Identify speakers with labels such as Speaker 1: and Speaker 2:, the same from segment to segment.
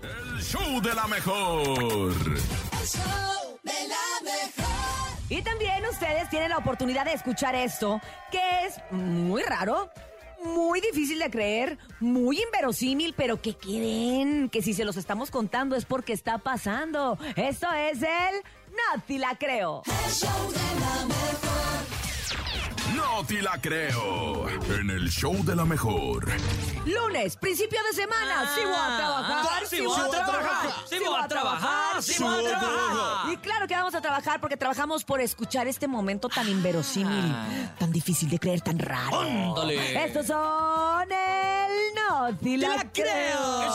Speaker 1: El show de la mejor.
Speaker 2: Y también ustedes tienen la oportunidad de escuchar esto, que es muy raro, muy difícil de creer, muy inverosímil, pero que creen que si se los estamos contando es porque está pasando. Esto es el Nati la creo.
Speaker 1: No te la creo. En el show de la mejor.
Speaker 2: Lunes, principio de semana, sí voy a trabajar,
Speaker 3: Ah, sí voy a trabajar, sí voy a trabajar, sí voy a trabajar.
Speaker 2: Y claro que vamos a trabajar porque trabajamos por escuchar este momento
Speaker 3: Ah.
Speaker 2: tan inverosímil, tan difícil de creer, tan raro.
Speaker 3: Ándale.
Speaker 2: Estos son el No te la, creo.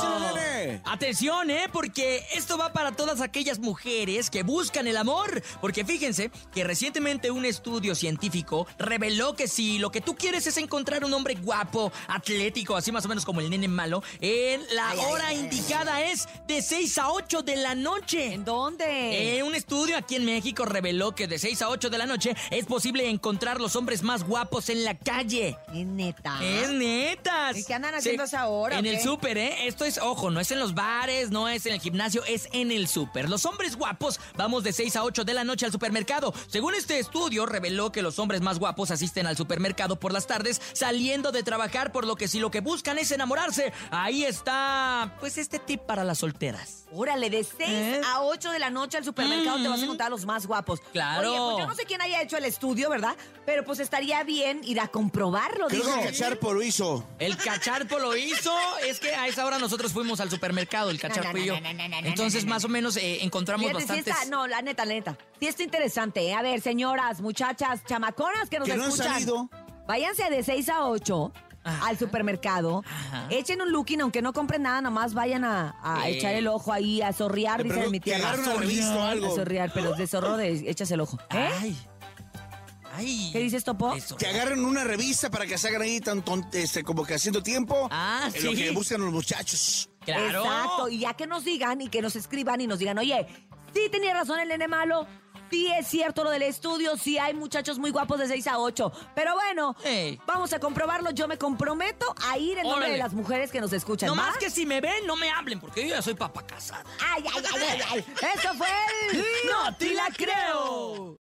Speaker 3: Atención, ¿eh? Porque esto va para todas aquellas mujeres que buscan el amor. Porque fíjense que recientemente un estudio científico reveló que si lo que tú quieres es encontrar un hombre guapo, atlético, así más o menos como el nene malo, en la hora indicada es de 6 a 8 de la noche.
Speaker 2: ¿En dónde?
Speaker 3: Eh, un estudio aquí en México reveló que de 6 a 8 de la noche es posible encontrar los hombres más guapos en la calle.
Speaker 2: Es neta.
Speaker 3: ¡Es netas!
Speaker 2: ¿Y qué andan haciendo a esa hora,
Speaker 3: En
Speaker 2: o
Speaker 3: el
Speaker 2: qué?
Speaker 3: súper, ¿eh? Esto es, ojo, no es en los bares, no es en el gimnasio, es en el súper. Los hombres guapos vamos de 6 a 8 de la noche al supermercado. Según este estudio, reveló que los hombres más guapos asisten al supermercado por las tardes saliendo de trabajar, por lo que si lo que buscan es enamorarse, ahí está, pues, este tip para las solteras.
Speaker 2: Órale, de 6
Speaker 3: ¿Eh? Mm.
Speaker 2: a 8 de la noche al supermercado te vas a encontrar a los más guapos.
Speaker 3: Claro.
Speaker 2: Oye, pues yo no sé quién haya hecho el estudio, ¿verdad? Pero pues estaría bien ir a comprobarlo,
Speaker 4: Creo
Speaker 2: digo.
Speaker 4: que Cacharpo lo hizo.
Speaker 3: El cacharpo lo hizo. Es que a esa hora nosotros fuimos al supermercado, el cacharpo y yo. Entonces, más o menos, eh, encontramos
Speaker 2: Fíjate, sí
Speaker 3: bastantes.
Speaker 2: está- no, la neta, la neta. Sí está interesante. ¿eh? A ver, señoras, muchachas, chamaconas que nos
Speaker 4: Que no han
Speaker 2: escuchan.
Speaker 4: salido.
Speaker 2: Váyanse de 6 a 8
Speaker 3: Ajá.
Speaker 2: al supermercado.
Speaker 3: Ajá.
Speaker 2: Echen un looking, aunque no compren nada, nomás vayan a, a
Speaker 3: Eh.
Speaker 2: echar el ojo ahí, a zorrear,
Speaker 4: Te
Speaker 2: dice
Speaker 4: pregunto,
Speaker 2: mi tía.
Speaker 4: que agarren
Speaker 2: A
Speaker 4: una revista o
Speaker 2: zorrear,
Speaker 4: algo.
Speaker 2: A zorrear, pero de zorro de, echas el ojo. ¿Eh?
Speaker 3: Ay. Ay.
Speaker 2: ¿Qué dices, Topo?
Speaker 3: Eso.
Speaker 4: Que agarren una revista para que se hagan ahí tan tont- este, como que haciendo tiempo.
Speaker 3: Ah,
Speaker 4: en Lo
Speaker 3: sí.
Speaker 4: que buscan los muchachos.
Speaker 3: Claro.
Speaker 2: Exacto. Y ya que nos digan y que nos escriban y nos digan, oye, sí tenía razón el nene malo, sí es cierto lo del estudio, sí hay muchachos muy guapos de 6 a 8. Pero bueno,
Speaker 3: Ey.
Speaker 2: vamos a comprobarlo. Yo me comprometo a ir en nombre
Speaker 3: Órale.
Speaker 2: de las mujeres que nos escuchan.
Speaker 3: No
Speaker 2: ¿va?
Speaker 3: más que si me ven, no me hablen, porque yo ya soy papá casada.
Speaker 2: ¡Ay, ay, ay, ay! ay. Eso fue el...
Speaker 3: ¡No te la creo!